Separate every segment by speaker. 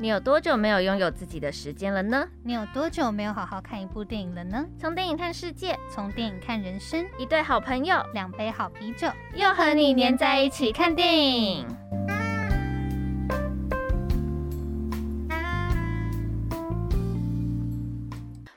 Speaker 1: 你有多久没有拥有自己的时间了呢？
Speaker 2: 你有多久没有好好看一部电影了呢？
Speaker 1: 从电影看世界，
Speaker 2: 从电影看人生，
Speaker 1: 一对好朋友
Speaker 2: 两杯好啤酒，
Speaker 1: 又和你黏在一起看电影。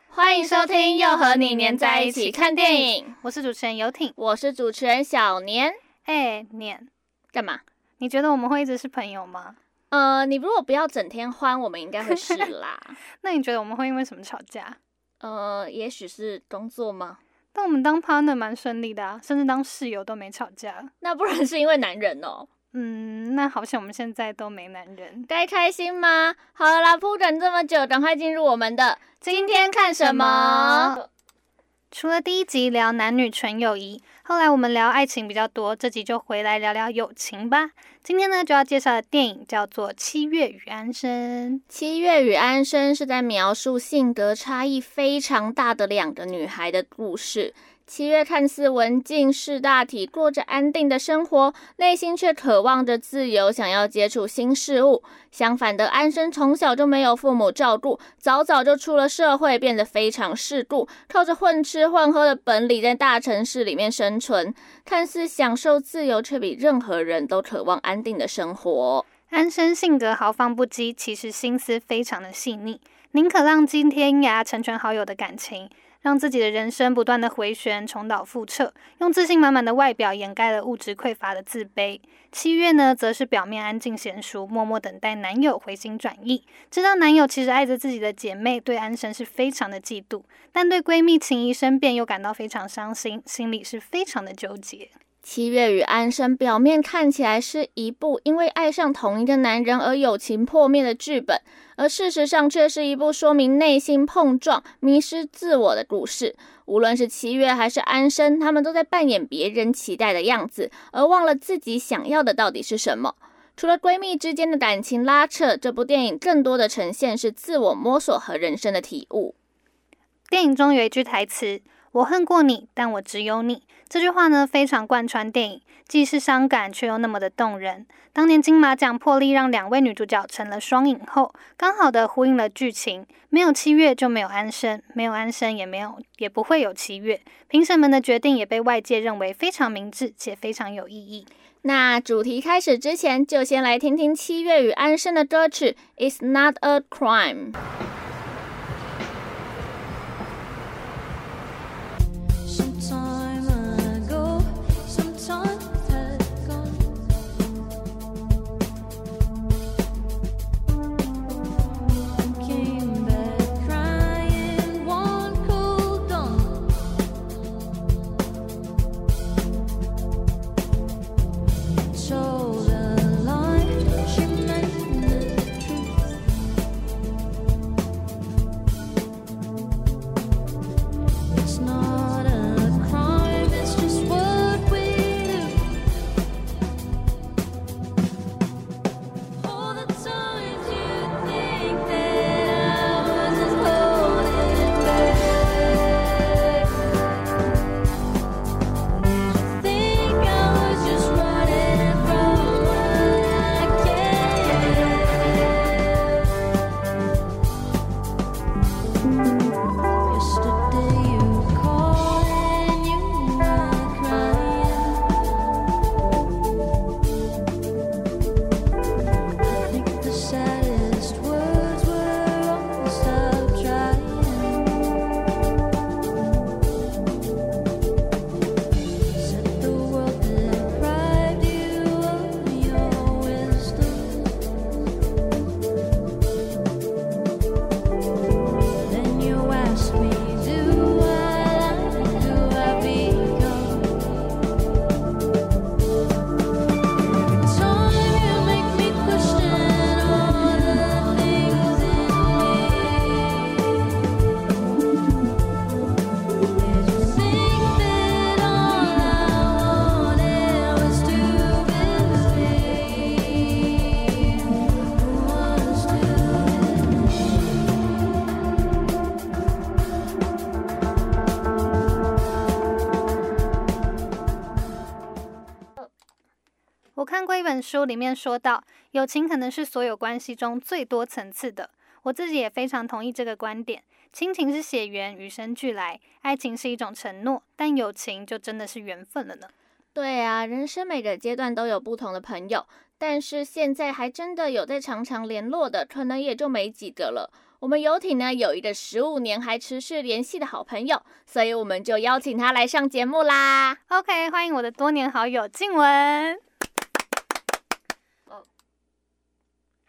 Speaker 1: 欢迎收听《又和你黏在一起看电影》，
Speaker 2: 我是主持人游艇。
Speaker 1: 我是主持人小年。
Speaker 2: 哎、念，
Speaker 1: 干嘛？
Speaker 2: 你觉得我们会一直是朋友吗？
Speaker 1: 呃，你如果不要整天欢，我们应该 会是啦。
Speaker 2: 那你觉得我们会因为什么吵架？
Speaker 1: 呃，也许是工作吗？
Speaker 2: 但我们当 partner 蛮顺利的啊，甚至当室友都没吵架。
Speaker 1: 那不然是因为男人哦。
Speaker 2: 嗯，那好像我们现在都没男人。
Speaker 1: 该开心吗？好了啦，铺等这么久，赶快进入我们的今天看什么？
Speaker 2: 除了第一集聊男女纯友谊，后来我们聊爱情比较多，这集就回来聊聊友情吧。今天呢，就要介绍的电影叫做《七月与安生》。
Speaker 1: 七月与安生是在描述性格差异非常大的两个女孩的故事。七月看似文静识大体，过着安定的生活，内心却渴望着自由，想要接触新事物。相反的，安生从小就没有父母照顾，早早就出了社会，变得非常世故，靠着混吃混喝的本领在大城市里面生存。看似享受自由，却比任何人都渴望安定的生活。
Speaker 2: 安生性格豪放不羁，其实心思非常的细腻，宁可浪迹天涯，成全好友的感情，让自己的人生不断的回旋，重蹈覆辙，用自信满满的外表掩盖了物质匮乏的自卑。七月呢，则是表面安静娴熟，默默等待男友回心转意，知道男友其实爱着自己的姐妹，对安生是非常的嫉妒，但对闺蜜情谊生变又感到非常伤心，心里是非常的纠结。
Speaker 1: 七月与安生表面看起来是一部因为爱上同一个男人而友情破灭的剧本，而事实上却是一部说明内心碰撞、迷失自我的故事。无论是七月还是安生，他们都在扮演别人期待的样子，而忘了自己想要的到底是什么。除了闺蜜之间的感情拉扯，这部电影更多的呈现是自我摸索和人生的体悟。
Speaker 2: 电影中有一句台词：“我恨过你，但我只有你。”这句话呢，非常贯穿电影，既是伤感，却又那么的动人。当年金马奖破例让两位女主角成了双影后，刚好的呼应了剧情。没有七月就没有安生，没有安生也没有也不会有七月。评审们的决定也被外界认为非常明智且非常有意义。
Speaker 1: 那主题开始之前，就先来听听七月与安生的歌曲《It's Not a Crime》。
Speaker 3: Some time ago, some time had gone. I came back crying one cold dawn. Told a lie, she meant the truth.
Speaker 2: 过一本书，里面说到，友情可能是所有关系中最多层次的。我自己也非常同意这个观点。亲情是血缘，与生俱来；爱情是一种承诺，但友情就真的是缘分了呢。
Speaker 1: 对啊，人生每个阶段都有不同的朋友，但是现在还真的有在常常联络的，可能也就没几个了。我们游艇呢有一个十五年还持续联系的好朋友，所以我们就邀请他来上节目啦。
Speaker 2: OK，欢迎我的多年好友静雯。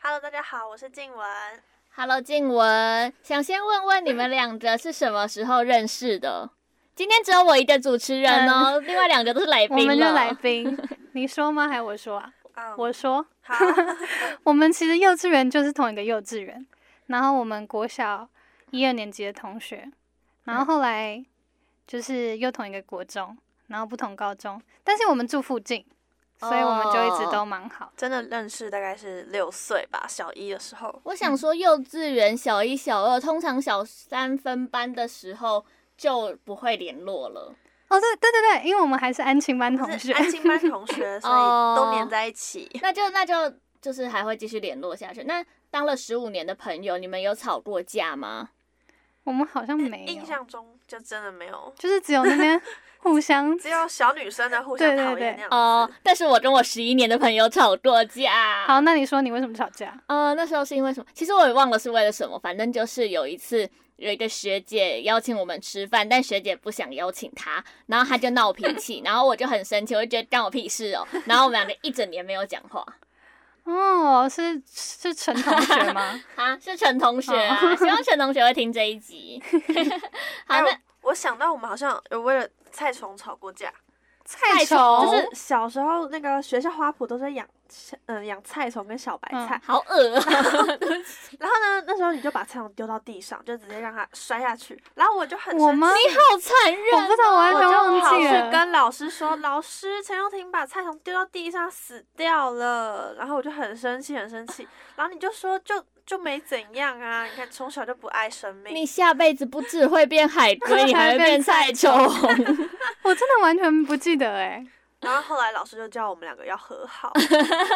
Speaker 4: Hello，大家好，我是静雯。
Speaker 1: Hello，静雯，想先问问你们两个是什么时候认识的？今天只有我一个主持人哦，另外两个都是来
Speaker 2: 嗯我
Speaker 1: 宾
Speaker 2: 们就
Speaker 1: 了
Speaker 2: 来宾，你说吗？还是我说啊？
Speaker 4: 嗯，
Speaker 2: 我说，
Speaker 4: 好，
Speaker 2: 我们其实幼稚园就是同一个幼稚园，然后我们国小一二年级的同学，然
Speaker 4: 嗯
Speaker 2: 后后来就是又同一个国中，然后不同高中，但是我们住附近，所以我们就一直
Speaker 4: 哦
Speaker 2: 都蛮好。
Speaker 4: 真的认识大概是六岁吧，小一的时候。
Speaker 1: 我想说，幼稚园小一、小二，通常小三分班的时候就不会联络了。
Speaker 2: 哦，对对对对，因为我们还是安亲班同
Speaker 4: 是
Speaker 2: 学，哦
Speaker 4: 安亲班 同学，所以都黏在一起。
Speaker 1: 那就那就就是还会继续联络下去。那当了十五年的朋友，你们有吵过架吗？
Speaker 2: 我们好像没有
Speaker 4: 呃印，象中就真的没有，
Speaker 2: 就是只有那 边互相
Speaker 4: 只有小女生的互相
Speaker 2: 对对
Speaker 4: 讨
Speaker 2: 对
Speaker 4: 厌那样子。
Speaker 1: 哦、但是我跟我十一年的朋友吵过架。
Speaker 2: 好。那你说你为什么吵架？
Speaker 1: 呃，那时候是因为什么？其实我也忘了是为了什么，反正就是有一次有一个学姐邀请我们吃饭，但学姐不想邀请她，然后她就闹脾气，然后我就很生气，我就觉得干我屁事哦。然后我们两个一整年没有讲话。
Speaker 2: 哦，是是陈同学 吗？
Speaker 1: 啊，是陈同学啊， 希望陈同学会听这一集。好，
Speaker 4: 还有
Speaker 1: 那
Speaker 4: 我想到我们好像有为了菜虫吵过架，
Speaker 2: 菜
Speaker 1: 虫
Speaker 2: 虫
Speaker 4: 就是小时候那个学校花圃都是养嗯养菜虫跟小白菜，
Speaker 2: 嗯
Speaker 1: 好恶啊！
Speaker 4: 然后呢，那时候你就把菜虫丢到地上，就直接让它摔下去。然后我就很
Speaker 2: 我
Speaker 4: 生
Speaker 2: 吗？
Speaker 4: 气
Speaker 1: 好残
Speaker 2: 我不
Speaker 1: 忍。
Speaker 2: 知道，我完
Speaker 4: 我
Speaker 2: 全
Speaker 4: 就
Speaker 2: 忘
Speaker 4: 跑
Speaker 2: 记
Speaker 4: 去
Speaker 2: 了。
Speaker 4: 跟老师说，老师，陈又廷把菜虫丢到地上死掉了。然后我就很生气，很生气。然后你就说，就就没怎样啊，你看从小就不爱生
Speaker 1: 你
Speaker 4: 命。
Speaker 1: 下辈子不只会变海龟，你还会变菜虫。
Speaker 2: 我真的完全不记得哎、
Speaker 4: 然后后来老师就叫我们两个要 和好，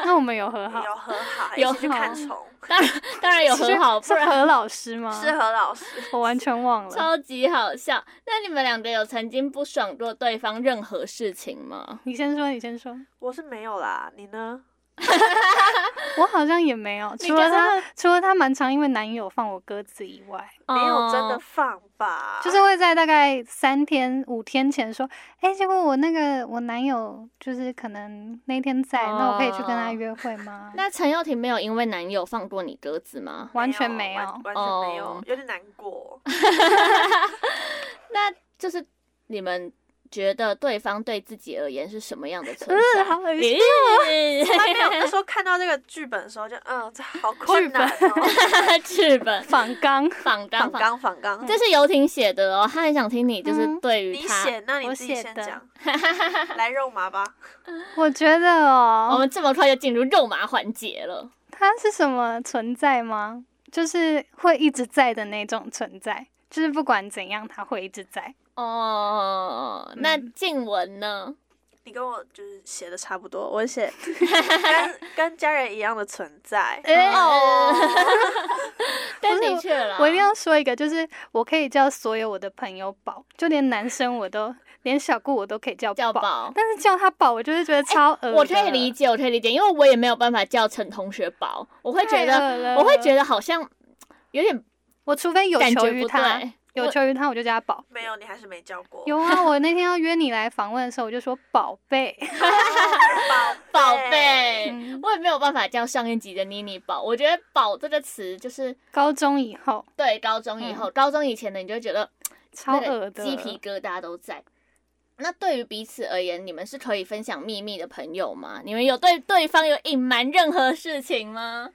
Speaker 2: 那我们有和好，
Speaker 4: 有和好，还一
Speaker 1: 有
Speaker 4: 起去
Speaker 2: 和
Speaker 4: 看虫，
Speaker 1: 当然，当 然有很好，
Speaker 2: 是
Speaker 1: 不
Speaker 2: 是
Speaker 1: 然
Speaker 2: 何老师吗？
Speaker 4: 是何老师。
Speaker 2: 我完全忘了。
Speaker 1: 超级好笑。那你们两个有曾经不爽过对方任何事情吗？
Speaker 2: 你先说，你先说。
Speaker 4: 我是没有啦，你呢？
Speaker 2: 我好像也没有，
Speaker 1: 你
Speaker 2: 除了
Speaker 1: 跟他
Speaker 2: 他，除了他蛮常因为男友放我鸽子以外，
Speaker 4: 没有真的
Speaker 1: 哦
Speaker 4: 放吧？
Speaker 2: 就是会在大概三天、五天前说，哎、结果我那个我男友就是可能那天在，那我可以去跟他
Speaker 1: 哦
Speaker 2: 约会吗？
Speaker 1: 那陈又廷没有因为男友放过你鸽子吗？
Speaker 2: 完全
Speaker 4: 没
Speaker 2: 没
Speaker 4: 有
Speaker 2: 有。
Speaker 4: 完完全没有
Speaker 1: 哦，
Speaker 4: 有点难过。
Speaker 1: 那就是你们觉得对方对自己而言是什么样的存在？
Speaker 2: 嗯，好恶心。
Speaker 1: 咦
Speaker 4: 他没有那时候看到这个剧本的时候就，嗯，这好困
Speaker 2: 剧本
Speaker 4: 难哦。
Speaker 1: 剧本
Speaker 2: 仿刚，
Speaker 1: 仿纲
Speaker 4: 仿
Speaker 1: 仿，
Speaker 4: 纲，仿纲，
Speaker 1: 这是游艇写的哦，他很想听你就是
Speaker 2: 嗯
Speaker 1: 对于
Speaker 4: 你
Speaker 1: 他，
Speaker 4: 写，那
Speaker 2: 我
Speaker 4: 你自己
Speaker 2: 写
Speaker 4: 先
Speaker 2: 的
Speaker 4: 讲。来肉麻吧，
Speaker 2: 我觉得
Speaker 1: 我
Speaker 2: 哦，
Speaker 1: 们这么快就进入肉麻环节了。
Speaker 2: 他是什么存在吗？就是会一直在的那种存在，就是不管怎样，他会一直在。
Speaker 1: 哦，那
Speaker 2: 嗯
Speaker 1: 静雯呢？
Speaker 4: 你跟我就是写的差不多，我写跟跟家人一样的存在。
Speaker 2: 哎
Speaker 1: 哦，但
Speaker 2: 不是
Speaker 1: 的确啦，
Speaker 2: 我一定要说一个，就是我可以叫所有我的朋友宝，就连男生我都，连小顾我都可以叫
Speaker 1: 叫
Speaker 2: 宝，
Speaker 1: 宝。哎
Speaker 2: 但是叫他宝，我就会觉得超恶、
Speaker 1: 我可以理，解，我可以理解，因为我也没有办法叫陈同学宝，我会觉
Speaker 2: 太恶
Speaker 1: 得，
Speaker 2: 了
Speaker 1: 我会觉得好像有点
Speaker 2: 我除啊非有
Speaker 1: 感
Speaker 2: 求
Speaker 1: 觉
Speaker 2: 于
Speaker 1: 不
Speaker 2: 他，
Speaker 1: 对。
Speaker 2: 有
Speaker 1: 我
Speaker 2: 求于他我就叫他宝。
Speaker 4: 没有，你还是没教过。
Speaker 2: 有啊，我那天要约你来访问的时候，我就说宝贝，
Speaker 1: 宝贝，
Speaker 2: 嗯
Speaker 1: 我也没有办法叫上一集的妮妮宝。我觉得“宝”这个词就是
Speaker 2: 高中以后
Speaker 1: 对高中
Speaker 2: 嗯
Speaker 1: 以后，高中以前的你就会觉得
Speaker 2: 超
Speaker 1: 那
Speaker 2: 恶
Speaker 1: 个
Speaker 2: 的，
Speaker 1: 鸡皮疙瘩都在。那对于彼此而言，你们是可以分享秘密的朋友吗？你们有对对方有隐瞒任何事情吗？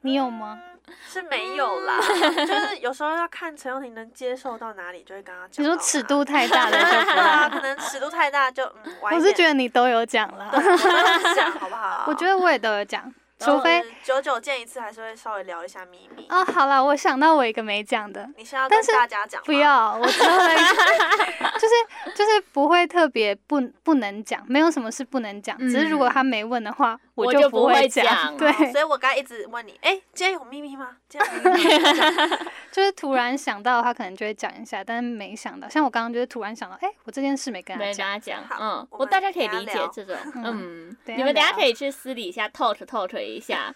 Speaker 2: 你有吗？
Speaker 4: 是没有啦，
Speaker 2: 嗯
Speaker 4: 就是有时候要看陈永婷能接受到哪里，就会跟他
Speaker 2: 你
Speaker 4: 讲。
Speaker 2: 说尺？度太 大了就
Speaker 4: 对
Speaker 2: 不
Speaker 4: 啊，
Speaker 2: 要。
Speaker 4: 可能尺度太大就嗯，晚
Speaker 2: 我
Speaker 4: 一
Speaker 2: 是觉
Speaker 4: 点
Speaker 2: 得你都有讲了，
Speaker 4: 对我都这样讲好不好？
Speaker 2: 我觉得我也都有讲，除非
Speaker 4: 久久见一次，还是会稍微聊一下秘密。
Speaker 2: 哦，好了，我想到我一个没讲的，
Speaker 4: 你是要跟
Speaker 2: 但是
Speaker 4: 大家讲吗
Speaker 2: 不，要，我只会 就是就是不会特别不不能讲，没有什么是不能讲，只是如果他没问的话，
Speaker 1: 嗯我就
Speaker 2: 就
Speaker 1: 不会
Speaker 2: 会
Speaker 1: 讲哦
Speaker 2: 对，
Speaker 4: 所以我该一直问你，哎，今天有秘密吗？今天有秘 密吗
Speaker 2: 就是突然想到他可能就会讲一下，但是没想到，像我刚刚就是突然想到，哎、我这件事没跟
Speaker 1: 没
Speaker 2: 他
Speaker 1: 跟
Speaker 2: 讲，
Speaker 1: 他讲，
Speaker 4: 好
Speaker 1: 嗯，
Speaker 4: 我
Speaker 1: 我
Speaker 4: 们
Speaker 1: 大家可以
Speaker 4: 等下
Speaker 1: 理解
Speaker 4: 聊啊
Speaker 1: 这 种，嗯，
Speaker 2: 等
Speaker 1: 你
Speaker 2: 下
Speaker 1: 们等下
Speaker 2: 聊
Speaker 1: 可以去私底下 talk talk 一下。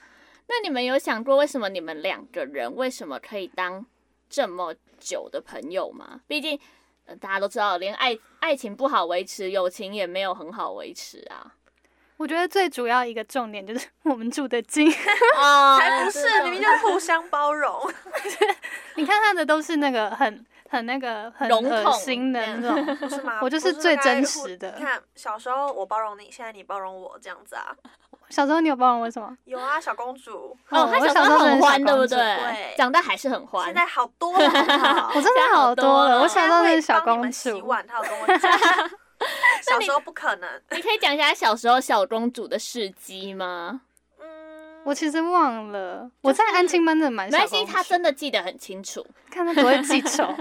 Speaker 1: 那你们有想过为什么你们两个人为什么可以当这么久的朋友吗？毕竟、呃大家都知道，连爱爱情不好维持，友情也没有很好维持 啊。
Speaker 2: 我觉得最主要一个重点就是我们住得近，
Speaker 1: 哦
Speaker 4: 才不是，明明就是互相包容。
Speaker 2: 你看他的都是那个很很那个很
Speaker 1: 笼
Speaker 2: 恶
Speaker 1: 统嗯
Speaker 2: 心的
Speaker 1: 这
Speaker 2: 那种，
Speaker 4: 不是吗？
Speaker 2: 我就
Speaker 4: 不
Speaker 2: 是
Speaker 4: 是
Speaker 2: 最
Speaker 4: 该
Speaker 2: 真
Speaker 4: 互
Speaker 2: 实的
Speaker 4: 你看，小时候我包容你，现在你包容我，这样子啊？
Speaker 2: 小时候你有包容我什么？
Speaker 4: 有啊，小公 主，
Speaker 1: 哦，
Speaker 2: 我
Speaker 1: 他
Speaker 2: 小
Speaker 1: 时
Speaker 2: 时
Speaker 1: 候
Speaker 2: 候
Speaker 1: 很
Speaker 2: 真的是
Speaker 1: 欢，对
Speaker 2: 小
Speaker 1: 不
Speaker 2: 公主
Speaker 1: 对
Speaker 4: 对？
Speaker 1: 长大还是很欢
Speaker 4: 现。在好多了，好不好
Speaker 2: 我真的好多了，我小时候真的是小
Speaker 4: 他会帮你
Speaker 2: 公
Speaker 4: 们洗
Speaker 2: 主，
Speaker 4: 碗，他有跟 我讲。小时候不可能，
Speaker 1: 你可以讲一下小时候小公主的事迹吗？
Speaker 4: 嗯，
Speaker 2: 我其实忘了，我在安亲班真的蛮
Speaker 1: 没
Speaker 2: 小
Speaker 1: 关
Speaker 2: 公
Speaker 1: 系，
Speaker 2: 主，
Speaker 1: 她真的记得很清楚。
Speaker 2: 看他多会记 仇，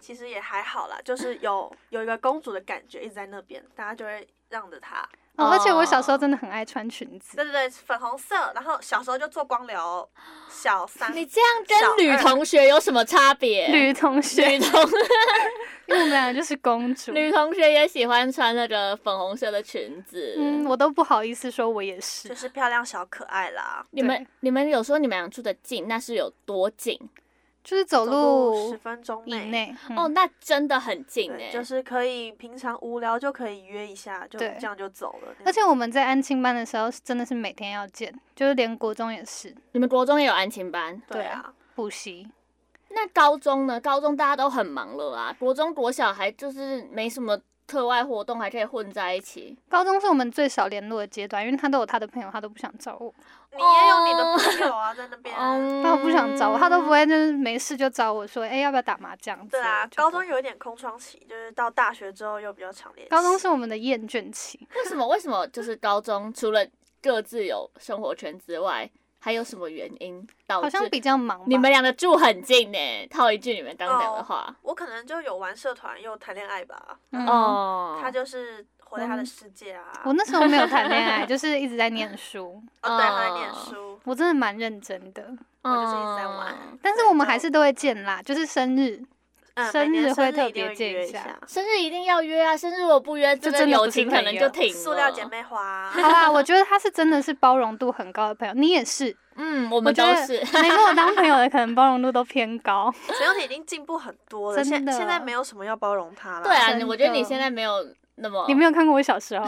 Speaker 4: 其实也还好啦，就是有有一个公主的感觉一直在那边，大家就会让着她。
Speaker 2: 哦，而且我小时候
Speaker 1: 哦
Speaker 2: 真的很爱穿裙子，
Speaker 4: 对对对，粉红色，然后小时候就做光疗，小三。
Speaker 1: 你这样跟女同学有什么差别？
Speaker 2: 女同学
Speaker 1: 女，同
Speaker 2: 因为我们俩就是公主。
Speaker 1: 女同学也喜欢穿那个粉红色的裙子。
Speaker 2: 嗯，我都不好意思说我也。
Speaker 4: 就是是漂亮小可爱啦，
Speaker 1: 你们你们有说你们俩住的近，那是有多近？
Speaker 2: 就是走
Speaker 4: 十
Speaker 2: 路
Speaker 4: 分钟
Speaker 2: 以内。
Speaker 1: 哦，
Speaker 2: 嗯，
Speaker 1: 那真的很近哎、
Speaker 4: 对，就是可以平常无聊就可以约一下，就
Speaker 2: 对
Speaker 4: 这样就走了。
Speaker 2: 而且我们在安亲班的时候，真的是每天要见，就是连国中也是
Speaker 1: 你们国中也有安亲班，
Speaker 4: 对啊，
Speaker 2: 补习。
Speaker 1: 那高中呢？高中大家都很忙了啊，国中国小还就是没什么课外活动，还可以混在一起。
Speaker 2: 高中是我们最少联络的阶段，因为他都有他的朋友，他都不想找我，
Speaker 4: 你也有你的朋友啊，在那
Speaker 2: 哦
Speaker 4: 边。
Speaker 1: 嗯，
Speaker 2: 他不想找我，他 都不会就是没事就找我说，哎、要不要打麻将？
Speaker 4: 对啊，
Speaker 2: 之类的
Speaker 4: 高中有一点空窗期，就是到大学之后又比较常联系。
Speaker 2: 高中是我们的厌倦期，
Speaker 1: 为什么？为什么就是高中除了各自有生活圈之外，还有什么原因导
Speaker 2: 好
Speaker 1: 致
Speaker 2: 像比较忙吧。
Speaker 1: 你们两个住很近呢、套一句你们刚讲的
Speaker 4: 哦
Speaker 1: 话。
Speaker 4: 我可能就有玩社团又谈恋爱吧，
Speaker 2: 嗯，
Speaker 1: 哦，
Speaker 4: 他就是活在他的世界啊。
Speaker 2: 我那时候没有谈恋 爱，就是一直在念书，
Speaker 4: 哦，对，他在念书，
Speaker 2: 我真的蛮认真的。
Speaker 4: 我就是一直在玩
Speaker 1: 嗯。
Speaker 2: 哦但是我们还是都会见啦，就是生 日，
Speaker 4: 嗯
Speaker 2: 生
Speaker 4: 每年
Speaker 2: 日
Speaker 4: 生
Speaker 2: 会
Speaker 4: 日
Speaker 2: 特
Speaker 4: 一定
Speaker 2: 别
Speaker 4: 会
Speaker 2: 见一
Speaker 4: 约
Speaker 2: 下
Speaker 4: 下。
Speaker 1: 生日一定要约啊！生日我不约，这
Speaker 2: 就
Speaker 1: 个
Speaker 2: 真的
Speaker 1: 友
Speaker 2: 不是
Speaker 1: 情可
Speaker 2: 朋
Speaker 1: 能
Speaker 2: 友
Speaker 1: 就停了。
Speaker 4: 塑料姐，妹花，啊
Speaker 2: 好啦，啊我觉得他是真的是包容度很高的朋友，你也是，
Speaker 1: 嗯，我
Speaker 2: 我
Speaker 1: 们
Speaker 2: 觉
Speaker 1: 都
Speaker 2: 得
Speaker 1: 是
Speaker 2: 没跟我当朋友的，可能包容度都偏高。
Speaker 4: 陈永婷已经进步很多了，
Speaker 2: 真
Speaker 4: 现
Speaker 2: 的
Speaker 4: 现在没有什么要包容他了。
Speaker 1: 对啊。
Speaker 2: 真
Speaker 1: 你
Speaker 2: 的
Speaker 1: 我觉得你现在没有那么，
Speaker 2: 你没有看过我小时候，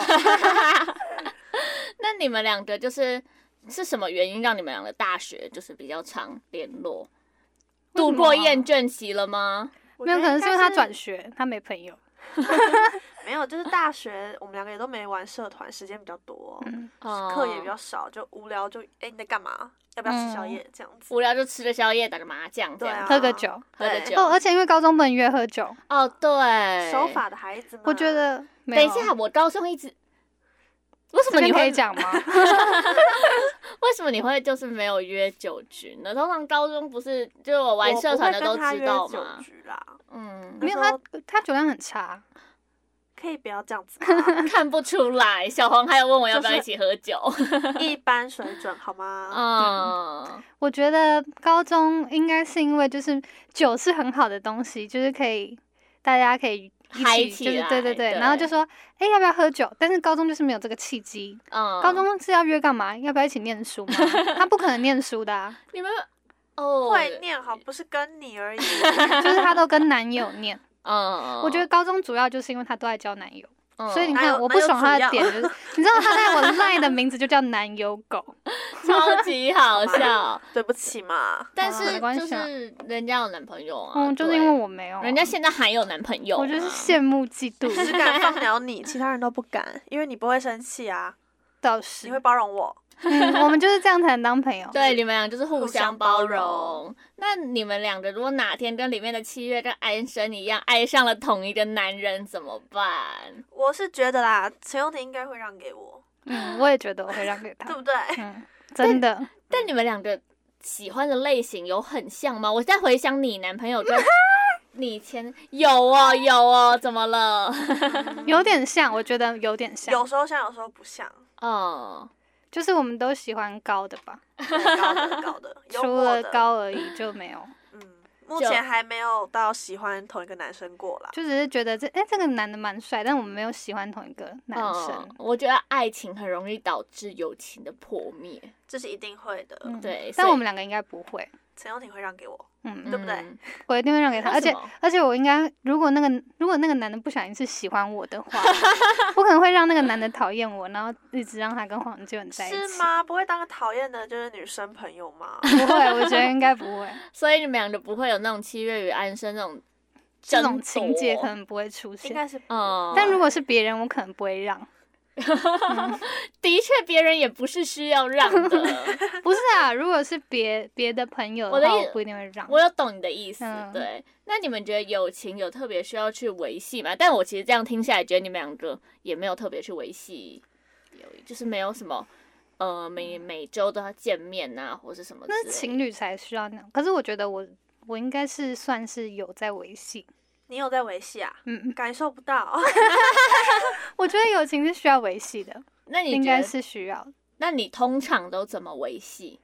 Speaker 1: 那你们两个就是是什么原因让你们两个大学就是比较常联络？
Speaker 2: 什
Speaker 1: 度
Speaker 2: 么
Speaker 1: 过
Speaker 2: 啊
Speaker 1: 厌倦期了吗？
Speaker 4: 我
Speaker 2: 没有，
Speaker 4: 觉
Speaker 2: 可能
Speaker 4: 得应
Speaker 2: 是
Speaker 4: 该
Speaker 2: 因为他转学，他没朋友。
Speaker 4: 没有，就是大学我们两个也都没玩社团，时间比较多，
Speaker 2: 嗯，
Speaker 4: 课也比
Speaker 1: 哦嗯
Speaker 4: 较少，就无聊就哎你在干嘛？要不要吃宵夜？这样子。
Speaker 1: 无聊，就吃个宵夜，打个麻将，这
Speaker 4: 对
Speaker 1: 样
Speaker 4: 啊
Speaker 2: 喝个酒
Speaker 1: 喝个
Speaker 4: 对
Speaker 1: 酒。
Speaker 2: 哦，而且因为高中不能约喝酒，
Speaker 1: 哦，对，
Speaker 4: 守法的孩子们，
Speaker 2: 我觉得没
Speaker 1: 等
Speaker 2: 有啊
Speaker 1: 一下，，我高中一直为什
Speaker 2: 这
Speaker 1: 么
Speaker 2: 边
Speaker 1: 你
Speaker 2: 可以
Speaker 1: 会
Speaker 2: 讲吗？
Speaker 1: 为什么你会就是没有约酒局呢？通常高中不是就我玩
Speaker 4: 我
Speaker 1: 社
Speaker 4: 不
Speaker 1: 团
Speaker 4: 会
Speaker 1: 的都
Speaker 4: 跟他
Speaker 1: 知
Speaker 4: 约
Speaker 1: 道
Speaker 4: 酒
Speaker 1: 嘛。
Speaker 4: 局啦，
Speaker 1: 嗯，
Speaker 2: 没有，他他酒量很差，
Speaker 4: 可以不要这样 子吗
Speaker 1: 看不出来。小黄还有问我要不要
Speaker 4: 就
Speaker 1: 一
Speaker 4: 是
Speaker 1: 起喝酒。
Speaker 4: 一般水准好吗？
Speaker 1: 嗯，
Speaker 2: 我觉得高中应该是因为就是酒是很好的东西，就是可以大家可以
Speaker 1: 嗨
Speaker 2: 一
Speaker 1: 起
Speaker 2: 起，就是
Speaker 1: 来
Speaker 2: 对对对，
Speaker 1: 对
Speaker 2: 然后就说哎、要不要喝酒？但是高中就是没有这个契机，
Speaker 1: 嗯，
Speaker 2: 高中是要约干嘛？要不要一起念书吗？他不可能念书的、啊，
Speaker 1: 你们哦
Speaker 4: 会念好，不是跟你而已。
Speaker 2: 就是他都跟男友念。
Speaker 1: 嗯，
Speaker 2: 我觉得高中主要就是因为他都在交男友，
Speaker 1: 嗯
Speaker 2: 所以 你
Speaker 4: 男
Speaker 2: 看
Speaker 4: 友
Speaker 2: 我不爽他的
Speaker 4: 男友
Speaker 2: 点
Speaker 4: 主要
Speaker 2: 就是， 你知道他在我赖的名字就叫男友狗，
Speaker 1: 超级好 笑。
Speaker 4: 对不起嘛，
Speaker 1: 但
Speaker 2: 好啦
Speaker 1: 是
Speaker 2: 没关
Speaker 1: 就
Speaker 2: 系啊
Speaker 1: 是人家有男朋友啊，
Speaker 2: 嗯，就是
Speaker 1: 对
Speaker 2: 因为我没有啊，
Speaker 1: 人家现在还有男朋友啊，
Speaker 2: 我就是羡慕嫉
Speaker 4: 只
Speaker 2: 妒，
Speaker 4: 敢放鸟你，其他人都不敢，因为你不会生气啊，
Speaker 2: 倒是
Speaker 4: 你会包容我。
Speaker 2: 嗯，我们就是这样才能当朋友。
Speaker 1: 对，你们俩就是互
Speaker 4: 哦互
Speaker 1: 相
Speaker 4: 相
Speaker 1: 包
Speaker 4: 包
Speaker 1: 容
Speaker 4: 容。
Speaker 1: 那你们两个如果哪天跟里面的七月跟安生一样爱上了同一个男人怎么办？
Speaker 4: 我是觉得啦，陈永婷应该会让给我，
Speaker 2: 嗯，我也觉得我会让给他
Speaker 4: 对。不对？
Speaker 2: 嗯，真的。
Speaker 1: 但你们两个喜欢的类型有很像吗？我在回想你男朋友 跟你前有哦有哦，怎么 了？
Speaker 2: 有点像，我觉得有点像，
Speaker 4: 有时候像，有时候不像，
Speaker 1: 嗯，
Speaker 2: 就是我们都喜欢高的吧，
Speaker 4: 对高的高的，幽
Speaker 2: 除
Speaker 4: 默
Speaker 2: 了
Speaker 4: 的，
Speaker 2: 高而已就没有，
Speaker 4: 嗯，目
Speaker 1: 就
Speaker 4: 前还没有到喜欢同一个男生过啦。
Speaker 2: 就只是觉得这哎、这个男的蛮帅，但我们没有喜欢同一个男生
Speaker 1: 嗯，。我觉得爱情很容易导致友情的破灭。
Speaker 4: 这是一定会的。
Speaker 2: 嗯
Speaker 1: 呃对所
Speaker 2: 但
Speaker 1: 以
Speaker 2: 我们两个应该不会，
Speaker 4: 陈友婷会让给我，
Speaker 2: 嗯，
Speaker 4: 对不对
Speaker 1: 嗯
Speaker 2: 我一定会让给他，
Speaker 1: 为
Speaker 2: 而
Speaker 1: 什
Speaker 2: 且
Speaker 1: 么
Speaker 2: 而且我应该，如果那个如果那个男的不小心是喜欢我 的话，我可能会让那个男的讨厌我，然后一直让他跟黄志远在一起。
Speaker 4: 是？吗？不会当个讨厌的，就是女生朋友 吗？
Speaker 2: 不会，我觉得应该不会，
Speaker 1: 所以你们两个不会有那种七月与安生那种
Speaker 2: 这种
Speaker 1: 争夺
Speaker 2: 情节可能不会出
Speaker 4: 应
Speaker 2: 现。
Speaker 4: 该是不
Speaker 1: 嗯，
Speaker 2: 但如果是别人，我可能不 会让。
Speaker 1: 的确别人也不是需要让 的，
Speaker 2: 不是啊，如果是别别的朋友
Speaker 1: 我
Speaker 2: 的
Speaker 1: 的
Speaker 2: 话，
Speaker 1: 意
Speaker 2: 我不一定会让。
Speaker 1: 我有懂你的意思。
Speaker 2: 嗯
Speaker 1: 对，那你们觉得友情有特别需要去维系吗？但我其实这样听下来，觉得你们两个也没有特别去维系友谊，就是没有什么呃每每周都要见面啊，或是什么之类的。
Speaker 2: 那情侣才需要那样。可是我觉得我我应该是算是有在维系，
Speaker 4: 你有在维系啊？
Speaker 2: 嗯，
Speaker 4: 感受不到，
Speaker 2: 我觉得友情是需要维系的，
Speaker 1: 那你
Speaker 2: 应
Speaker 1: 觉
Speaker 2: 该
Speaker 1: 得？
Speaker 2: 是需要的。
Speaker 1: 那你通常都怎么维系？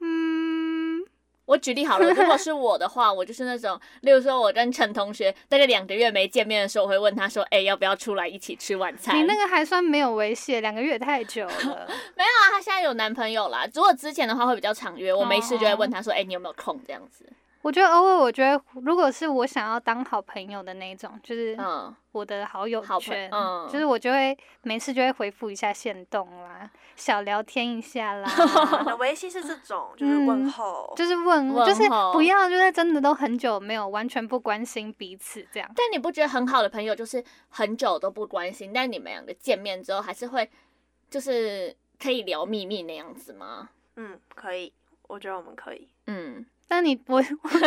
Speaker 2: 嗯，
Speaker 1: 我举例好了，如果 是我的话，我就是那种，例如说，我跟陈同学大概两个月没见面的时候，我会问他说：“哎、要不要出来一起吃晚餐？”
Speaker 2: 你那个还算没有维系，两个月也太久了。
Speaker 1: 啊，他现在有男朋友啦。如果之前的话会比较常约，我没事就会问他
Speaker 2: 哦
Speaker 1: 说：“哎、你有没有空？”这样子。
Speaker 2: 我觉得偶尔，我觉得如果是我想要当好朋友的那一种，就是
Speaker 1: 嗯，
Speaker 2: 我的好友
Speaker 1: 好朋
Speaker 2: 圈，
Speaker 1: 嗯
Speaker 2: 就是我就会没事就会回复一下线动啦，小聊天一下 啦，
Speaker 4: 我
Speaker 1: 哦
Speaker 4: 的 维系是这种，就是问候，
Speaker 2: 嗯就是问，
Speaker 1: 问
Speaker 2: 就是
Speaker 1: 候
Speaker 2: 不要，就是真的都很久没有完全不关心彼此这样。
Speaker 1: 但你不觉得很好的朋友就是很久都不关心，但你们两个见面之后还是会就是可以聊秘密那样子吗？
Speaker 4: 嗯，可以，我觉得我们可以。
Speaker 1: 嗯，
Speaker 2: 但你我，你不要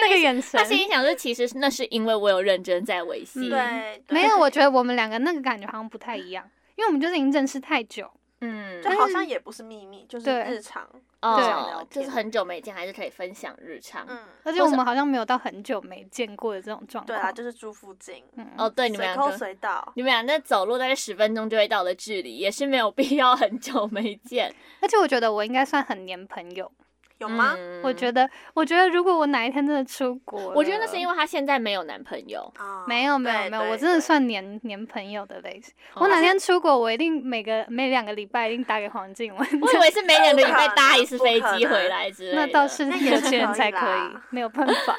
Speaker 2: 那个眼神
Speaker 1: 他，心里想说，其实那是因为我有认真在维系。
Speaker 2: 嗯
Speaker 4: 对，对
Speaker 2: 没有，我觉得我们两个那个感觉好像不太一样，因为我们就是已经认识太久，
Speaker 1: 嗯，
Speaker 4: 就好像也不是秘密，就是
Speaker 2: 对
Speaker 4: 日常。
Speaker 2: 对
Speaker 1: 哦，就是很久没见，还是可以分享日常。
Speaker 4: 嗯，
Speaker 2: 而且我们好像没有到很久没见过的这种状
Speaker 4: 对
Speaker 2: 况。嗯
Speaker 4: 啊，就是住附近，
Speaker 1: 哦，对，你们
Speaker 4: 随
Speaker 1: 两
Speaker 4: 抠
Speaker 1: 个，
Speaker 4: 随到。
Speaker 1: 你们俩那走路大概十分钟就会到的距离，也是没有 必要很久没见，
Speaker 2: 而且我觉得我应该算很黏朋友。
Speaker 4: 有吗？
Speaker 1: 嗯
Speaker 2: 我觉得，我觉得如果我哪一天真的出国，
Speaker 1: 我觉得那是因
Speaker 2: 为。
Speaker 1: 为她现在没有男朋友，
Speaker 4: 啊
Speaker 2: 没有没有
Speaker 4: 对
Speaker 2: 没有，
Speaker 4: 对
Speaker 2: 我真的
Speaker 4: 对
Speaker 2: 算黏黏朋友的类型。
Speaker 1: 哦
Speaker 2: 我哪天出国，我一定每个每两个礼拜一定打给黄静雯。
Speaker 1: 我以为是每两个礼拜搭一次飞
Speaker 4: 不可
Speaker 1: 机
Speaker 4: 能
Speaker 1: 回来之类的。
Speaker 2: 那倒是
Speaker 4: 那
Speaker 2: 有
Speaker 4: 也是
Speaker 2: 钱人
Speaker 4: 可以
Speaker 2: 才可以
Speaker 4: 啦，
Speaker 2: 没有办法。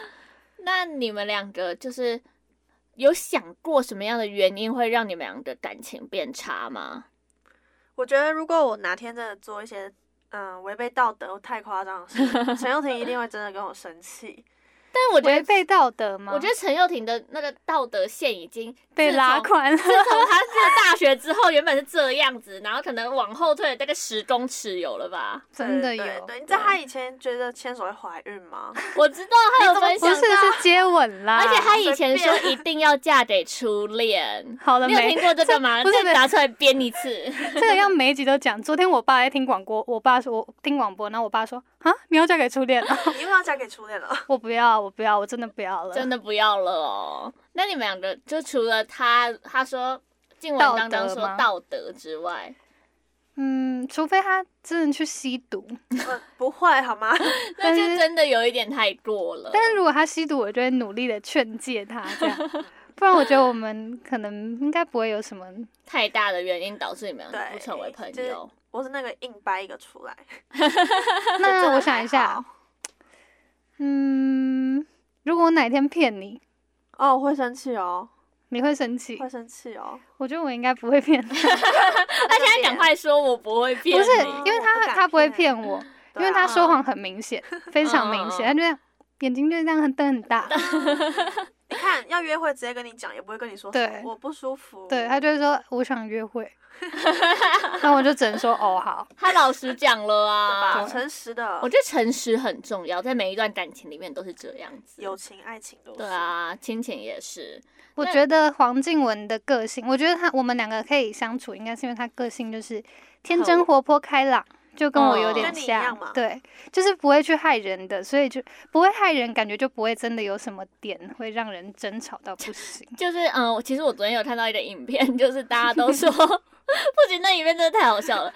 Speaker 1: 那你们两个就是有想过什么样的原因会让你们两个感情变差吗？
Speaker 4: 我觉得如果我哪天真的做一些嗯违背道德太夸张的事， 陈又廷一定会真的跟我生气。
Speaker 1: 但我觉
Speaker 2: 违
Speaker 1: 得，
Speaker 2: 背道德吗？
Speaker 1: 我觉得陈又廷的那个道德线已经
Speaker 2: 被
Speaker 1: 自
Speaker 2: 拉
Speaker 1: 从
Speaker 2: 宽了。
Speaker 1: 自从他进了大学之后，原本是这样子，然后可能往后退了大概十公尺有了吧？
Speaker 2: 真的
Speaker 4: 对对
Speaker 2: 有，
Speaker 4: 对，你知道他以前觉得牵手会怀孕吗？
Speaker 1: 我知道他有分
Speaker 2: 不
Speaker 1: 享
Speaker 2: 是啊
Speaker 1: 到，
Speaker 2: 是接吻啦。
Speaker 1: 而且他以前
Speaker 4: 随
Speaker 1: 说一定要嫁给初恋。
Speaker 2: 好 了
Speaker 1: 你有
Speaker 2: 没
Speaker 1: 听？过这个吗？
Speaker 2: 不是不
Speaker 1: 再
Speaker 2: 是
Speaker 1: 拿出来编一 次。
Speaker 2: 这个要每一集都讲。昨天我爸在听广播，我爸说我听广播，然后我爸说啊，你要嫁给初恋了？
Speaker 4: 你又要嫁给初恋了？
Speaker 2: 我不要，我不要，我真的不要了。
Speaker 1: 真的不要了哦。那你们两个就除了他，他说静文
Speaker 2: 道
Speaker 1: 刚刚
Speaker 2: 德
Speaker 1: 说
Speaker 2: 吗
Speaker 1: 道德之外，
Speaker 2: 嗯，除非他真的去吸毒，
Speaker 4: 呃不会好吗？
Speaker 1: 那
Speaker 2: 但
Speaker 1: 就是真的有一点太过了。
Speaker 2: 但是如果他吸毒，我就会努力的劝诫他，这样。不然我觉得我们可能应该不会有什么。
Speaker 1: 太大的原因导致你们两个
Speaker 4: 对
Speaker 1: 不成为朋
Speaker 4: 就是
Speaker 1: 友。
Speaker 4: 我是那个硬掰一个出来。
Speaker 2: 那我
Speaker 4: 还
Speaker 2: 想一下
Speaker 4: 好，
Speaker 2: 嗯，如果我哪一天骗你，
Speaker 4: 哦，我会生气哦，
Speaker 2: 你会生气
Speaker 4: 会。生 气哦。
Speaker 2: 我觉得我应该不会骗你，
Speaker 1: 他现在赶快说，我不会
Speaker 2: 不
Speaker 1: 骗
Speaker 2: 是
Speaker 1: 你。
Speaker 2: 因为
Speaker 4: 我不
Speaker 2: 他
Speaker 4: 敢
Speaker 2: 他不会
Speaker 4: 骗
Speaker 2: 骗我，因
Speaker 4: 对
Speaker 2: 为他
Speaker 4: 啊
Speaker 2: 说谎很明显，非常明
Speaker 1: 嗯
Speaker 2: 显，
Speaker 1: 嗯嗯
Speaker 2: 他就这样眼睛就这样很瞪很 大，
Speaker 4: 你看要约会直接跟你讲，也不会跟你说什么
Speaker 2: 对
Speaker 4: 我不舒服。
Speaker 2: 对他就会说我想约 会，那我就只能说哦好，
Speaker 1: 他老实讲了
Speaker 4: 对吧？
Speaker 1: 啊。
Speaker 4: 诚实的
Speaker 1: 我，觉得诚实很重要，在每一段感情里面都是这样子。
Speaker 4: 友情、爱情都是。
Speaker 1: 对，啊，亲情也是。
Speaker 2: 我
Speaker 1: 那
Speaker 2: 觉得黄静雯的个性，我觉得他我们两个可以相处，应该是因为他个性就是天真活泼开朗，就跟我有
Speaker 1: 哦
Speaker 2: 点
Speaker 4: 跟你一
Speaker 2: 像，
Speaker 4: 样嘛
Speaker 2: 对，就是不会去害人的，所以就不会害人，感觉就不会真的有什么点会让人争吵到不行。
Speaker 1: 就是嗯，我其实我昨天有看到一个影片， 就是大家都说，不行，那影片真的太好笑了。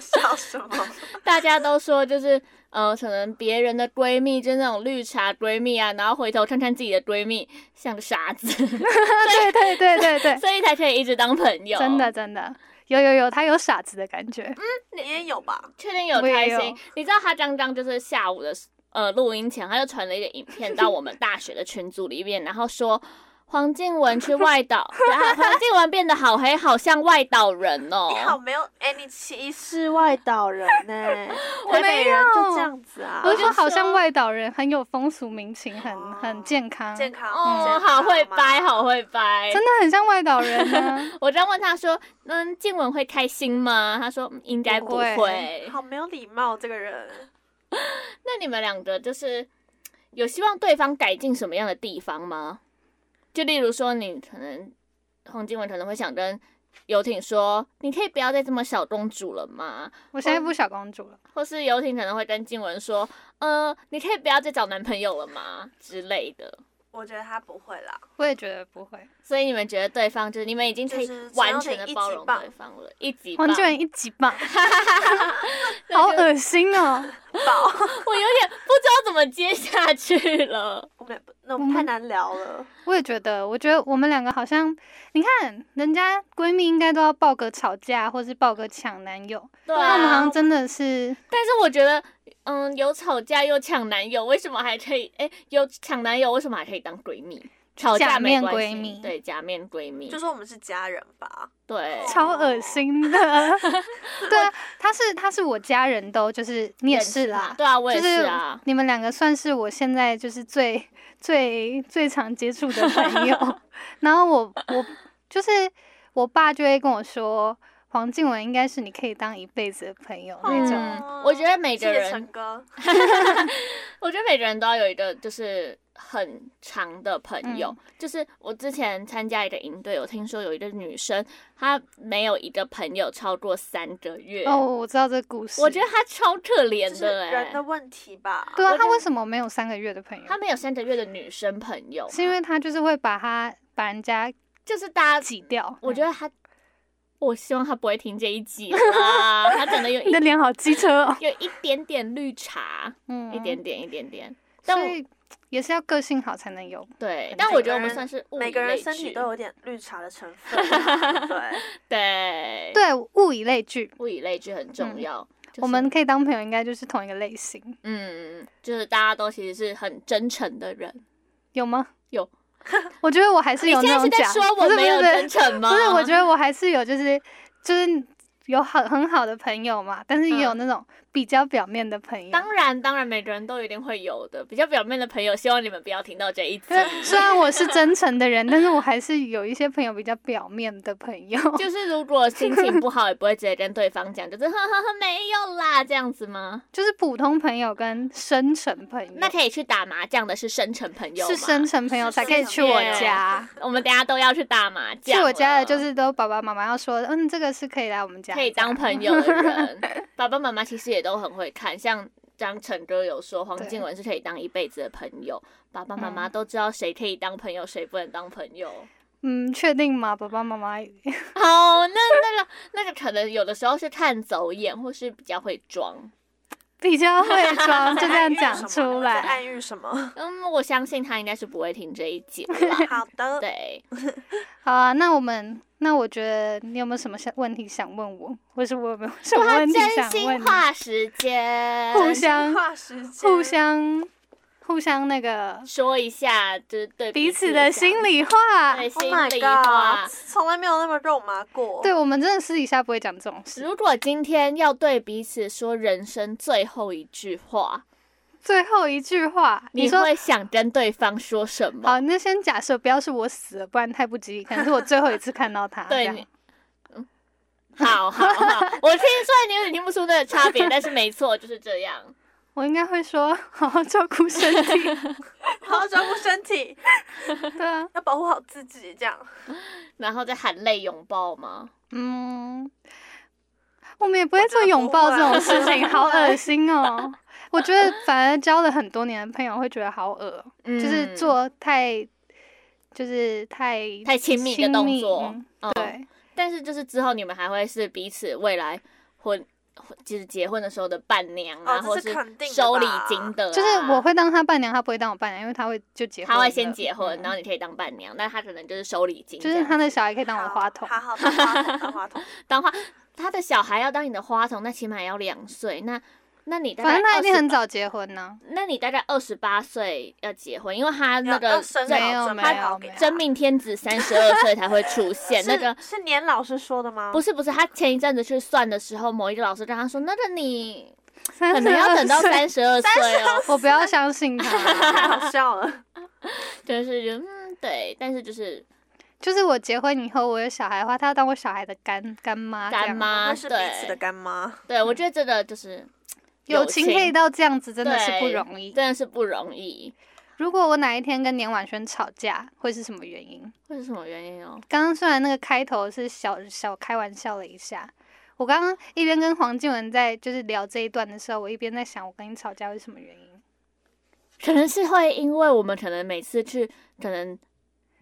Speaker 4: 笑什么？
Speaker 1: 大家都说就是呃，可能别人的闺蜜就是那种绿茶闺蜜啊，然后回头看看自己的闺蜜像个傻子，
Speaker 2: 对对对对对，
Speaker 1: 所以才可以哦一直当朋友。
Speaker 2: 真的，真的有有有，他有傻子的感觉，
Speaker 4: 你也有吧？
Speaker 1: 确定有
Speaker 2: 我也
Speaker 1: 开心
Speaker 2: 有。
Speaker 1: 你知道他刚刚就是下午的呃录音前，他就传了一个影片到我们大学的群组里面，然后说。黄静雯去外岛，然后黄静雯变得好黑，好像外岛人哦。
Speaker 4: 你好，没有哎、你歧视外岛人呢、 台
Speaker 2: 没
Speaker 4: 北人就
Speaker 2: 有
Speaker 4: 这样子啊，
Speaker 2: 我就
Speaker 1: 就
Speaker 2: 说好像
Speaker 1: 说
Speaker 2: 外岛人很有风俗民情，很很健康，
Speaker 4: 健康
Speaker 1: 哦，好会掰，
Speaker 4: 健康嘛
Speaker 1: 好会掰。
Speaker 2: 真的很像外岛人啊呢
Speaker 1: 。我刚问他说：“嗯，静雯会开心吗？”他说：“嗯应该
Speaker 2: 不
Speaker 1: 不
Speaker 2: 会
Speaker 1: 会。
Speaker 4: 好没有礼貌这个人。”
Speaker 1: 那你们两个就是有希望对方改进什么样的地方吗？就例如说，你可能洪静雯可能会想跟游艇说：“你可以不要再这么小公主了吗
Speaker 2: 我现在不小公主了，？”
Speaker 1: 或是游艇可能会跟静雯说：“呃，你可以不要再找男朋友了吗？”之类的。
Speaker 4: 我觉得他不会啦，
Speaker 2: 我也觉得不会。
Speaker 1: 所以你们觉得对方就是你们已经可以
Speaker 4: 就是
Speaker 1: 完全的
Speaker 4: 陈友婷一级
Speaker 1: 包容
Speaker 4: 棒
Speaker 1: 对方了，一级棒
Speaker 2: 黄。俊仁一级棒，好恶心哦！
Speaker 4: 宝，
Speaker 1: 我有点不知道怎么接下去了。
Speaker 4: 我们也不那我
Speaker 2: 我们
Speaker 4: 们太难聊了。
Speaker 2: 我也觉得，我觉得我们两个好像，你看人家闺蜜应该都要抱个吵架，或是抱个抢男友，
Speaker 1: 对
Speaker 2: 那我们好
Speaker 1: 啊
Speaker 2: 像，真的是
Speaker 1: 但是我觉得，嗯，有吵架又抢男友，为什么还可以？哎、有抢男友，为什么还可以当闺蜜？吵架
Speaker 2: 假
Speaker 1: 没
Speaker 2: 面
Speaker 1: 关
Speaker 2: 闺
Speaker 1: 系
Speaker 2: 蜜
Speaker 1: 对，假面闺蜜，
Speaker 4: 就说我们是哦家人吧，
Speaker 1: 对，
Speaker 2: 超恶心的。对啊，他是他是我家人都，就是你也是啦，
Speaker 1: 对啊，我也
Speaker 2: 就是
Speaker 1: 啊。
Speaker 2: 你们两个算是我现在就是最最最常接触的 朋友。然后我我就是我爸就会跟我说，黄静雯应该是你可以当一辈子的朋友那种。
Speaker 1: 嗯，我觉得每个
Speaker 4: 谢谢陈
Speaker 1: 人，
Speaker 4: 哥，
Speaker 1: 我觉得每个人都要有一个就是很长的朋友。
Speaker 2: 嗯
Speaker 1: 就是我之前参加一个营队，我听说有一个女生，她没有一个朋友超过三个月。
Speaker 2: 哦，我知道这个故事。
Speaker 1: 我觉得他超可
Speaker 4: 这
Speaker 1: 怜
Speaker 4: 是
Speaker 1: 的哎、
Speaker 4: 人的问题吧？
Speaker 2: 对
Speaker 1: 我
Speaker 2: 啊，
Speaker 1: 觉
Speaker 2: 他
Speaker 1: 得
Speaker 2: 为什么没有三个月的朋友？
Speaker 1: 他没啊有三个月的女生朋友，
Speaker 2: 是因为他就是会把他把人家
Speaker 1: 就是大家，
Speaker 2: 挤掉。
Speaker 1: 我觉
Speaker 2: 得
Speaker 1: 得他，我希望他不会听这一集啦，他可能有
Speaker 2: 你的
Speaker 1: 一
Speaker 2: 脸好机车哦。
Speaker 1: 有一点点绿茶，
Speaker 2: 嗯
Speaker 1: 一点。点一点点，但
Speaker 2: 所
Speaker 1: 我
Speaker 2: 以也是要个性好才能有。
Speaker 1: 对
Speaker 2: 能，
Speaker 1: 但
Speaker 4: 每
Speaker 1: 我
Speaker 4: 个
Speaker 1: 觉得我们
Speaker 4: 人
Speaker 1: 算是物
Speaker 4: 每
Speaker 1: 以
Speaker 4: 个人
Speaker 1: 类
Speaker 4: 身体
Speaker 1: 聚
Speaker 4: 都有点绿茶的成 分啊，
Speaker 1: 对，
Speaker 4: 对，
Speaker 2: 对，物以类聚，
Speaker 1: 物以类聚很重
Speaker 2: 嗯
Speaker 1: 要。就是
Speaker 2: 我们可以当朋友，应该就是同一个类型，
Speaker 1: 嗯，就是大家都其实是很真诚的人。
Speaker 2: 有吗？
Speaker 1: 有。
Speaker 2: 我觉得我 还是
Speaker 1: 你
Speaker 2: 有
Speaker 1: 现
Speaker 2: 那
Speaker 1: 在是
Speaker 2: 种
Speaker 1: 在
Speaker 2: 假，
Speaker 1: 说
Speaker 2: 不
Speaker 1: 我
Speaker 2: 是
Speaker 1: 没有
Speaker 2: 不是
Speaker 1: 真诚吗？
Speaker 2: 不是，我觉得我还是有，就是就是有很很好的朋友嘛，但是也有
Speaker 1: 嗯
Speaker 2: 那种比较表面的朋友。
Speaker 1: 当然，当然，每个人都一定会有的。比较表面的朋友，希望你们不要听到这一集
Speaker 2: 因。为虽然我是真诚的人，但 是我还是有一些朋友比较表面的朋友。
Speaker 1: 就是如果心情不好，也不会直接跟对方讲，就是呵呵呵没有啦这样子吗？
Speaker 2: 就是普通朋友跟深层朋友，
Speaker 1: 那可以去打麻将的是深层朋友吗
Speaker 2: 嗯是深，层朋友才可以去我
Speaker 1: 是深层
Speaker 2: 家。
Speaker 1: 我们等一下都要去打麻
Speaker 2: 去
Speaker 1: 将。
Speaker 2: 我家的就是都爸爸妈妈要说，嗯，这个是可以来我们家，
Speaker 1: 可以当朋友的人，爸爸妈妈其实也都很会看，像。张晨哥有说，黄
Speaker 2: 对
Speaker 1: 静雯是可以当一辈子的朋友，爸爸妈妈都知道谁可以当朋友，谁不能当朋友。
Speaker 2: 嗯，确定吗？爸爸妈妈，
Speaker 1: 好，那那个那个可能有的时候是看走眼，或是比较会装。
Speaker 2: 比较会装，
Speaker 4: 在
Speaker 2: 就这样
Speaker 4: 暗喻什
Speaker 2: 讲
Speaker 4: 么
Speaker 2: 出
Speaker 4: 在
Speaker 2: 来。
Speaker 4: 暗喻什么？。
Speaker 1: 嗯，我相信他应该是不会听这一集的 啦
Speaker 4: 好的，
Speaker 1: 对，
Speaker 2: 好啊，那我们，那我觉得你有没有什么想问题想问我，或是我有没有什么
Speaker 1: 哇，
Speaker 2: 问题
Speaker 1: 真
Speaker 2: 想问
Speaker 1: 心
Speaker 2: 你？
Speaker 1: 话时间，
Speaker 2: 互相
Speaker 4: 跨时间，
Speaker 2: 互相互相那个
Speaker 1: 说一下，就是对
Speaker 2: 彼此
Speaker 1: 的
Speaker 2: 的心
Speaker 1: 里
Speaker 2: 里话。
Speaker 1: 对
Speaker 4: Oh
Speaker 1: 心啊
Speaker 4: my
Speaker 1: 里话
Speaker 4: god，。从来没有那么肉麻过。
Speaker 2: 对，我们真的私底下不会讲这种事。
Speaker 1: 如果今天要对彼此说人生最后一句话，
Speaker 2: 最后一句话，你
Speaker 1: 你
Speaker 2: 说
Speaker 1: 会想跟对方说什么？
Speaker 2: 好，那先假设不要是我死了，不然太不吉利。可能是我最后一次看到他，这
Speaker 1: 对
Speaker 2: 样
Speaker 1: 你好好好，我听虽然你有点听不出那个差 别，但是没错，就是这样。
Speaker 2: 我应该会说 好好照顾身体。
Speaker 4: 好好照顾身体，
Speaker 2: 对啊，
Speaker 4: 要保护好自己，这样。
Speaker 1: 然后再含泪拥抱吗？
Speaker 2: 嗯，我们也不会做拥抱这 种事情，
Speaker 4: 我觉得不会
Speaker 2: 好恶心哦。我觉得反而交了很多年的朋友会觉得好恶，
Speaker 1: 嗯
Speaker 2: 就是做太，就是太
Speaker 1: 太亲密的动作
Speaker 2: 嗯
Speaker 1: 嗯
Speaker 2: 对，
Speaker 1: 但是就是之后你们还会是彼此未来婚，婚就是结婚的时候的伴娘啊，
Speaker 4: 哦这
Speaker 1: 或
Speaker 4: 是肯定的
Speaker 1: 收礼
Speaker 4: 吧
Speaker 1: 金的啊、
Speaker 2: 就是我会当他伴娘，他不会当我伴娘，因为他会就结婚了，
Speaker 1: 他会先结婚，
Speaker 2: 嗯
Speaker 1: 然后你可以当伴娘，但他可能就是收礼金这
Speaker 2: 就
Speaker 1: 样，
Speaker 2: 是他的小孩可以当我的话筒，
Speaker 4: 好好，当话筒，当话筒。
Speaker 1: 当花他的小孩要当你的花童，那起码也要两岁，那那你大概
Speaker 2: 反正他一定
Speaker 1: 28
Speaker 2: 很早结婚呢。
Speaker 1: 那你大概二十八岁要结婚，因为他那
Speaker 4: 要
Speaker 1: 个
Speaker 4: 要生
Speaker 1: 真
Speaker 2: 没有
Speaker 4: 好
Speaker 2: 没
Speaker 4: 真好
Speaker 2: 有没
Speaker 4: 给
Speaker 2: 有
Speaker 4: 他
Speaker 1: 真命天子三十二岁才会出现，那
Speaker 4: 是
Speaker 1: 个
Speaker 4: 是年老师说的吗？
Speaker 1: 不
Speaker 4: 是，
Speaker 1: 是不是，他前一阵子去算的时候，某一个老师跟他说，那个你可
Speaker 2: 可
Speaker 1: 能要等到三十二岁哦，
Speaker 2: 我不要相 信他。
Speaker 4: 太好笑了。
Speaker 1: 就是觉得嗯对，但是就是
Speaker 2: 就是我结婚以后，我有小孩的话，他要当我小孩的干干妈，这
Speaker 1: 干
Speaker 2: 样
Speaker 1: 妈
Speaker 4: 那是彼此的
Speaker 1: 对
Speaker 4: 干妈，
Speaker 1: 对，我觉得这个就是
Speaker 2: 友情可以到这样子，真的是
Speaker 1: 对
Speaker 2: 不容易。
Speaker 1: 真的是不容易，
Speaker 2: 如果我哪一天跟年婉萱吵架，会是什么原因？
Speaker 1: 会是什么原因哦？
Speaker 2: 刚刚虽然那个开头是小小开玩笑了一下，我刚刚一边跟黄静雯在就是聊这一段的时候，我一边在想，我跟你吵架会是什么原因？
Speaker 1: 可能是会因为我们可能每次去可能。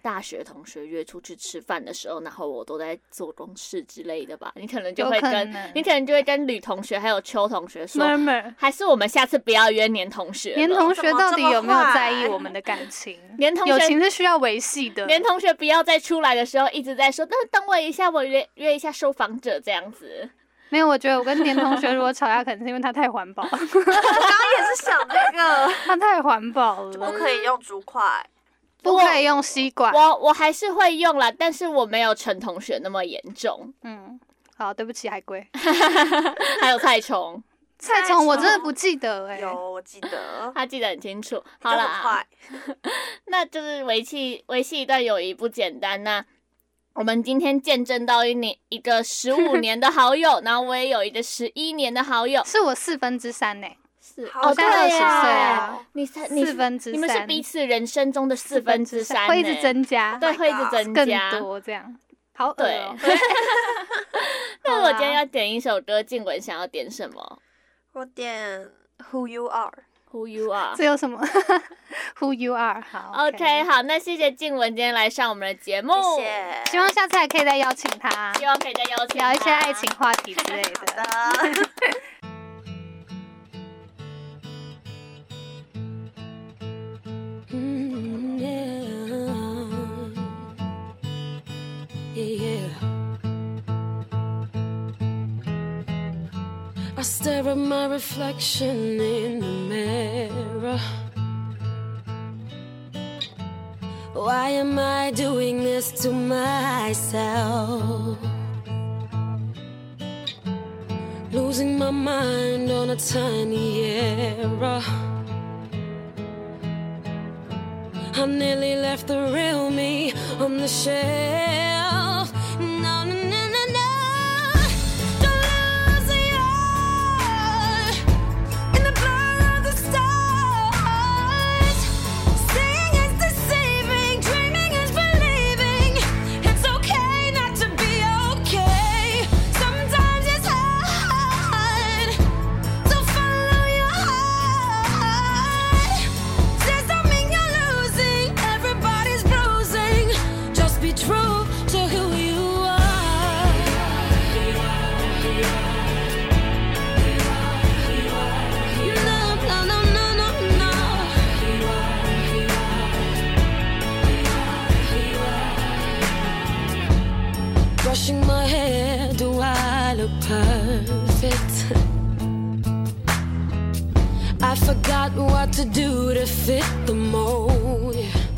Speaker 1: 大学同学约出去吃饭的时候，然后我都在做公事之类的吧，你可能就
Speaker 2: 有
Speaker 1: 会
Speaker 2: 可
Speaker 1: 跟
Speaker 2: 能
Speaker 1: 你可能就会跟吕同学还有邱同学说，
Speaker 2: murmur，
Speaker 1: 还是我们下次不要约年同学了。
Speaker 2: 连同学到底有没有在
Speaker 4: 怎么
Speaker 2: 意
Speaker 4: 这么坏
Speaker 2: 我们的感情？
Speaker 1: 连同
Speaker 2: 友情
Speaker 1: 学
Speaker 2: 是需要维系的。
Speaker 1: 连同学不要在出来的时候一直在说，那等我一下，我约约一下受访者这样子。
Speaker 2: 没有，我觉得我跟连同学如果吵架，可能是因为他太环保，
Speaker 4: 我刚刚也是想这个，
Speaker 2: 他太环保
Speaker 4: 不
Speaker 2: 了，
Speaker 4: 可以用竹筷，
Speaker 2: 不可以用吸管。
Speaker 1: 我我还是会用啦，但是我没有陈同学那么严重，
Speaker 2: 嗯，好，对不起，海龟。
Speaker 1: 还有蔡崇，
Speaker 2: 蔡
Speaker 4: 崇
Speaker 2: 崇，我真的不记得哎、
Speaker 4: 有我记得。
Speaker 1: 他记得很清楚。
Speaker 4: 就
Speaker 1: 好
Speaker 4: 很
Speaker 1: 啦
Speaker 4: 快，，
Speaker 1: 那就是维系维系一段友谊不简单那我们今天见证到一年一个十五年的好友， 然后我也有一个十一年的好友，
Speaker 2: 是我四分之三欸呢、
Speaker 1: 是
Speaker 4: 好
Speaker 1: 哦，
Speaker 4: 像
Speaker 1: 对
Speaker 4: 20
Speaker 1: 耶
Speaker 4: 岁啊
Speaker 1: 你才你
Speaker 2: 四分之三，
Speaker 1: 你们是彼此人生中的四分之三呢，欸
Speaker 2: 会一直增加，
Speaker 1: 对，
Speaker 4: Oh my
Speaker 1: 会一直
Speaker 4: God，
Speaker 1: 增
Speaker 2: 更
Speaker 1: 加。
Speaker 2: 多这样，好恶
Speaker 1: 对
Speaker 2: 哦、，
Speaker 1: 那我今天
Speaker 2: 好啊啦
Speaker 1: 要点一首歌，静文想要点什么
Speaker 4: 我点 Who You Are。
Speaker 1: ？Who you are？
Speaker 2: 这有什么？Who you are？好
Speaker 1: OK，好，那谢谢静文今天来上我们的节目，
Speaker 4: 谢谢。
Speaker 2: 希望下次还可以再邀请他
Speaker 1: 希望可以再邀请
Speaker 2: 聊一些
Speaker 1: 她
Speaker 2: 爱情。话题之类
Speaker 4: 好
Speaker 2: 的。
Speaker 4: 的，
Speaker 3: Mm, yeah. Yeah, yeah. I stare at my reflection in the mirror. Why am I doing this to myself? Losing my mind on a tiny error. I nearly left the real me on the shelf. No, no, no, no, no. The loser you're in the blur of the stars. Seeing is deceiving, dreaming is believing. It's okay not to be okay. Sometimes it's hard. So follow your heart. Says I mean you're losing. Everybody's bruising. Just be true to who you are. No, no, no, no, no, no. Brushing my hair, do I look perfect? I forgot what to do to fit the mold. yeah.